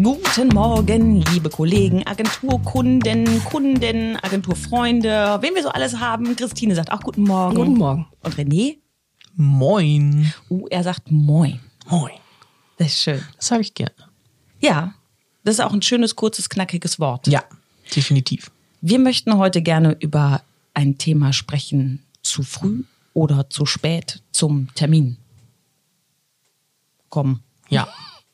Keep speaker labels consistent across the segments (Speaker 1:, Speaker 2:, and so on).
Speaker 1: Guten Morgen, liebe Kollegen, Agenturkunden, Kunden, Agenturfreunde, wen wir so alles haben. Christine sagt auch guten Morgen.
Speaker 2: Guten Morgen.
Speaker 1: Und René,
Speaker 2: Moin.
Speaker 1: uh, er sagt moin.
Speaker 2: Moin.
Speaker 1: Das ist schön.
Speaker 2: Das habe ich gerne.
Speaker 1: Ja, das ist auch ein schönes, kurzes, knackiges Wort.
Speaker 2: Ja, definitiv.
Speaker 1: Wir möchten heute gerne über ein Thema sprechen, zu früh oder zu spät zum Termin kommen.
Speaker 2: Ja.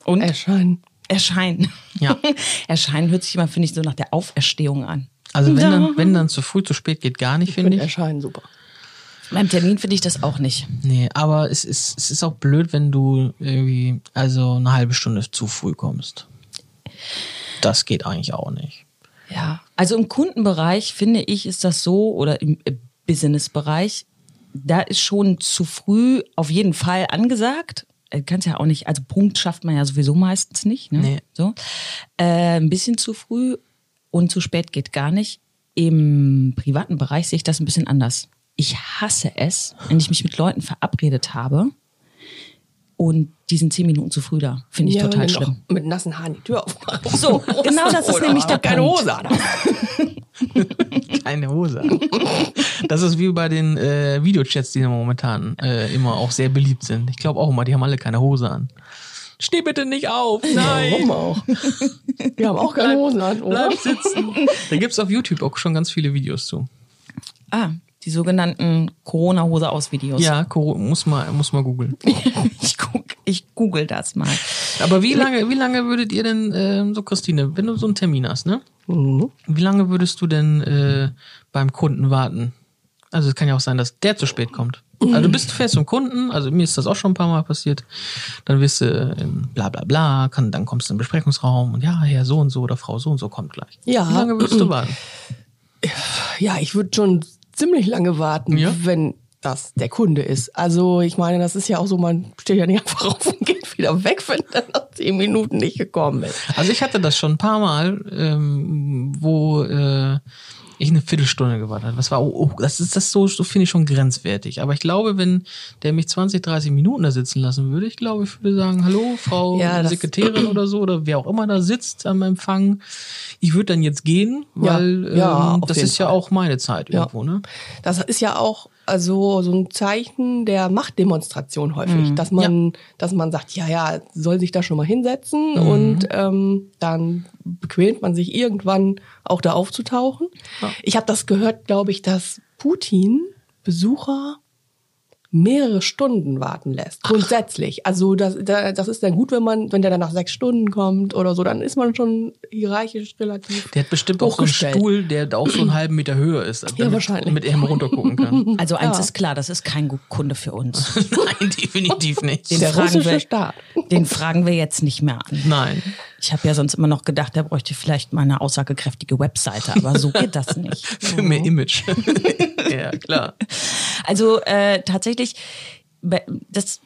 Speaker 1: Und
Speaker 2: Erscheinen.
Speaker 1: erscheinen.
Speaker 2: Ja.
Speaker 1: erscheinen hört sich immer, finde ich, so nach der Auferstehung an.
Speaker 2: Also wenn dann, wenn dann zu früh, zu spät geht gar nicht, finde ich.
Speaker 3: erscheinen super.
Speaker 1: Beim Termin finde ich das auch nicht.
Speaker 2: Nee, aber es ist, es ist auch blöd, wenn du irgendwie, also eine halbe Stunde zu früh kommst. Das geht eigentlich auch nicht.
Speaker 1: Ja. Also im Kundenbereich finde ich, ist das so, oder im äh, Businessbereich, da ist schon zu früh auf jeden Fall angesagt. Kannst ja auch nicht, also Punkt schafft man ja sowieso meistens nicht. Ne?
Speaker 2: Nee.
Speaker 1: So. Äh, ein bisschen zu früh und zu spät geht gar nicht. Im privaten Bereich sehe ich das ein bisschen anders. Ich hasse es, wenn ich mich mit Leuten verabredet habe und die sind zehn Minuten zu früh da. Finde ich
Speaker 3: Ja,
Speaker 1: total
Speaker 3: wenn du
Speaker 1: schlimm.
Speaker 3: noch Mit nassen Haaren die Tür aufmachen.
Speaker 1: So, genau das ist
Speaker 3: Oder
Speaker 1: nämlich der
Speaker 3: keine
Speaker 1: Punkt.
Speaker 3: Hose an. hast.
Speaker 2: Keine Hose. an. Das ist wie bei den äh, Videochats, die momentan äh, immer auch sehr beliebt sind. Ich glaube auch immer, die haben alle keine Hose an. Steh bitte nicht auf. Nein.
Speaker 3: Warum auch? Wir haben auch keine Hosen an, oder?
Speaker 2: Bleib sitzen. Da gibt es auf YouTube auch schon ganz viele Videos zu.
Speaker 1: Ah, die sogenannten Corona-Hose aus Videos.
Speaker 2: Ja, Coro- muss mal, muss mal googeln.
Speaker 1: Ich, guck, ich google das mal.
Speaker 2: Aber wie lange, wie lange würdet ihr denn, ähm, so Christine, wenn du so einen Termin hast, ne? Wie lange würdest du denn äh, beim Kunden warten? Also es kann ja auch sein, dass der zu spät kommt. Also du bist fest zum Kunden, also mir ist das auch schon ein paar Mal passiert. Dann wirst du äh, bla bla bla, kann, dann kommst du in den Besprechungsraum und ja, Herr so und so oder Frau so und so kommt gleich.
Speaker 3: Ja.
Speaker 2: Wie lange würdest du warten?
Speaker 3: Ja, ich würde schon ziemlich lange warten,
Speaker 2: Ja?
Speaker 3: wenn das der Kunde ist. Also ich meine, das ist ja auch so, man steht ja nicht einfach auf und geht wieder weg, wenn er nach zehn Minuten nicht gekommen ist.
Speaker 2: Also ich hatte das schon ein paar Mal, ähm, wo äh, ich eine Viertelstunde gewartet habe. Das war, oh, oh, das ist das so, so finde ich schon grenzwertig. Aber ich glaube, wenn der mich 20, 30 Minuten da sitzen lassen würde, ich glaube, ich würde sagen, hallo, Frau
Speaker 3: Ja, das-
Speaker 2: Sekretärin oder so oder wer auch immer da sitzt am Empfang, ich würde dann jetzt gehen,
Speaker 3: Ja,
Speaker 2: weil
Speaker 3: ja,
Speaker 2: ähm,
Speaker 3: auf
Speaker 2: das
Speaker 3: jeden
Speaker 2: ist ja
Speaker 3: Fall.
Speaker 2: auch meine Zeit
Speaker 3: Ja.
Speaker 2: irgendwo, ne?
Speaker 3: Das ist ja auch also so ein Zeichen der Machtdemonstration häufig, dass man, dass man sagt, ja, ja, soll sich da schon mal hinsetzen und ähm, dann bequält man sich irgendwann auch da aufzutauchen.
Speaker 2: Ja.
Speaker 3: Ich habe das gehört, glaube ich, dass Putin Besucher mehrere Stunden warten lässt. Grundsätzlich. Also das, da- das ist dann gut, wenn man, wenn der dann nach sechs Stunden kommt oder so, dann ist man schon hierarchisch relativ.
Speaker 2: Der hat bestimmt auch so einen
Speaker 3: hochgestellt.
Speaker 2: Stuhl, der auch so einen halben Meter höher ist, damit,
Speaker 3: wahrscheinlich.
Speaker 2: damit er mal runtergucken kann.
Speaker 1: Also eins
Speaker 3: Ja.
Speaker 1: ist klar, das ist kein gut- Kunde für uns.
Speaker 2: Nein, definitiv nicht.
Speaker 1: Den
Speaker 3: Der
Speaker 1: fragen
Speaker 3: russische
Speaker 1: wir-
Speaker 3: Staat.
Speaker 1: Den fragen wir jetzt nicht mehr an.
Speaker 2: Nein.
Speaker 1: Ich habe ja sonst immer noch gedacht, der bräuchte vielleicht mal eine aussagekräftige Webseite, aber so geht das nicht.
Speaker 2: Für mehr Image. ja, klar.
Speaker 1: Also äh, tatsächlich, be- das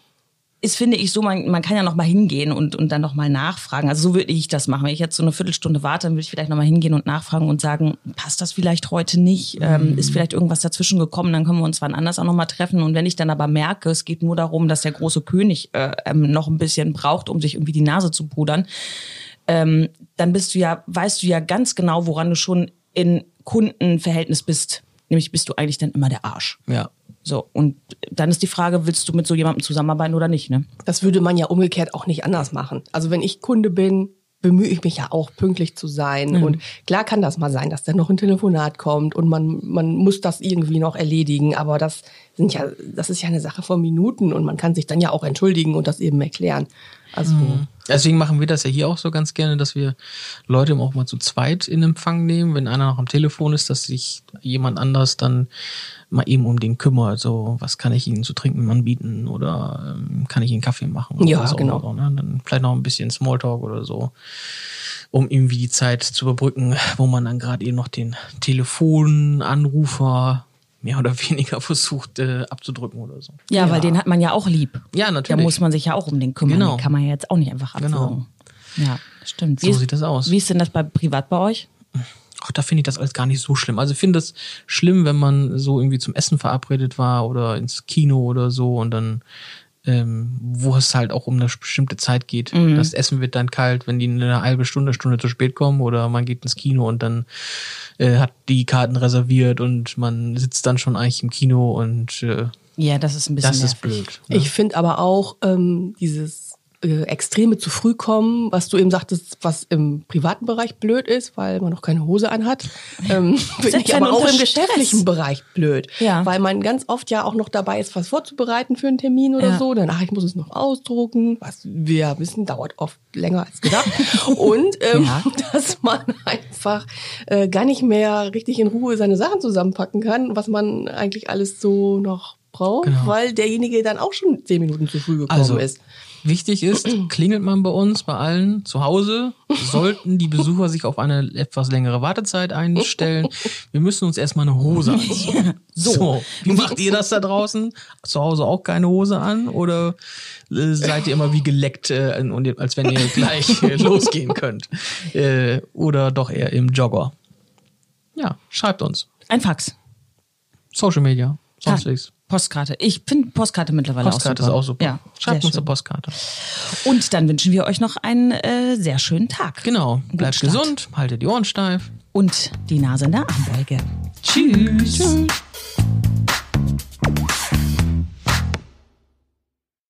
Speaker 1: ist, finde ich, so, man, man kann ja noch mal hingehen und, und dann noch mal nachfragen. Also so würde ich das machen. Wenn ich jetzt so eine Viertelstunde warte, dann würde ich vielleicht noch mal hingehen und nachfragen und sagen, passt das vielleicht heute nicht? Ähm, ist vielleicht irgendwas dazwischen gekommen? Dann können wir uns wann anders auch noch mal treffen. Und wenn ich dann aber merke, es geht nur darum, dass der große König äh, ähm, noch ein bisschen braucht, um sich irgendwie die Nase zu pudern, ähm, dann bist du ja, weißt du ja ganz genau, woran du schon in Kundenverhältnis bist. Nämlich bist du eigentlich dann immer der Arsch.
Speaker 2: Ja.
Speaker 1: So, und dann ist die Frage, willst du mit so jemandem zusammenarbeiten oder nicht, ne?
Speaker 3: Das würde man ja umgekehrt auch nicht anders machen. Also wenn ich Kunde bin, bemühe ich mich ja auch pünktlich zu sein.
Speaker 1: Mhm.
Speaker 3: Und klar kann das mal sein, dass dann noch ein Telefonat kommt und man, man muss das irgendwie noch erledigen. Aber das sind ja, das ist ja eine Sache von Minuten und man kann sich dann ja auch entschuldigen und das eben erklären. Also
Speaker 1: Mhm.
Speaker 2: Deswegen machen wir das ja hier auch so ganz gerne, dass wir Leute auch mal zu zweit in Empfang nehmen, wenn einer noch am Telefon ist, dass sich jemand anders dann mal eben um den kümmert. So, was kann ich ihnen zu trinken anbieten oder ähm, kann ich ihnen Kaffee machen? oder
Speaker 3: Ja,
Speaker 2: was auch
Speaker 3: genau.
Speaker 2: immer, ne? Dann vielleicht noch ein bisschen Smalltalk oder so, um irgendwie die Zeit zu überbrücken, wo man dann gerade eben noch den Telefonanrufer mehr oder weniger versucht äh, abzudrücken oder so.
Speaker 1: Ja, weil den hat man ja auch lieb.
Speaker 2: Ja,
Speaker 1: Da
Speaker 2: natürlich.
Speaker 1: muss man sich ja auch um den kümmern.
Speaker 2: Genau.
Speaker 1: Den kann man ja jetzt auch nicht einfach abwürgen. Genau. Ja, stimmt.
Speaker 2: So sieht das aus.
Speaker 1: Wie ist denn das bei privat bei euch?
Speaker 2: Ach, da finde ich das alles gar nicht so schlimm. Also ich finde das schlimm, wenn man so irgendwie zum Essen verabredet war oder ins Kino oder so und dann ähm, wo es halt auch um eine bestimmte Zeit geht.
Speaker 1: Mhm.
Speaker 2: Das Essen wird dann kalt, wenn die eine halbe Stunde, Stunde zu spät kommen oder man geht ins Kino und dann äh, hat die Karten reserviert und man sitzt dann schon eigentlich im Kino und äh,
Speaker 1: Ja, das ist ein bisschen
Speaker 2: das ist
Speaker 1: nervig.
Speaker 2: blöd. ne?
Speaker 3: Ich finde aber auch ähm, dieses äh, extreme zu früh kommen, was du eben sagtest, was im privaten Bereich blöd ist, weil man noch keine Hose anhat, ähm, finde
Speaker 1: Setzt
Speaker 3: ich
Speaker 1: einen
Speaker 3: aber auch
Speaker 1: unter
Speaker 3: im
Speaker 1: Stress.
Speaker 3: geschäftlichen Bereich blöd,
Speaker 1: Ja.
Speaker 3: weil man ganz oft ja auch noch dabei ist, was vorzubereiten für einen Termin oder
Speaker 1: Ja.
Speaker 3: so. Dann, ach, ich muss es noch ausdrucken, was wir wissen, dauert oft länger als gedacht. Und ähm,
Speaker 1: Ja.
Speaker 3: dass man einfach äh, gar nicht mehr richtig in Ruhe seine Sachen zusammenpacken kann, was man eigentlich alles so noch braucht,
Speaker 2: Genau.
Speaker 3: weil derjenige dann auch schon zehn Minuten zu früh gekommen
Speaker 2: Also,
Speaker 3: ist.
Speaker 2: wichtig ist, klingelt man bei uns, bei allen zu Hause, sollten die Besucher sich auf eine etwas längere Wartezeit einstellen. Wir müssen uns erstmal eine Hose anziehen. So, wie macht ihr das da draußen? Zu Hause auch keine Hose an? Oder äh, seid ihr immer wie geleckt, äh, und ihr- als wenn ihr gleich äh, losgehen könnt? Äh, oder doch eher im Jogger? Ja, schreibt uns.
Speaker 1: Ein Fax.
Speaker 2: Social Media, sonst
Speaker 1: Ah,
Speaker 2: nichts.
Speaker 1: Postkarte. Ich finde Postkarte mittlerweile
Speaker 2: Postkarte
Speaker 1: auch
Speaker 2: ist
Speaker 1: super.
Speaker 2: auch super.
Speaker 1: Ja,
Speaker 2: Schreibt
Speaker 1: sehr
Speaker 2: uns eine
Speaker 1: schön.
Speaker 2: Postkarte.
Speaker 1: Und dann wünschen wir euch noch einen äh, sehr schönen Tag.
Speaker 2: Genau.
Speaker 1: Guten
Speaker 2: Bleibt
Speaker 1: Start.
Speaker 2: gesund, haltet die Ohren steif.
Speaker 1: Und die Nase in der Armbeuge.
Speaker 2: Tschüss.
Speaker 1: Tschüss.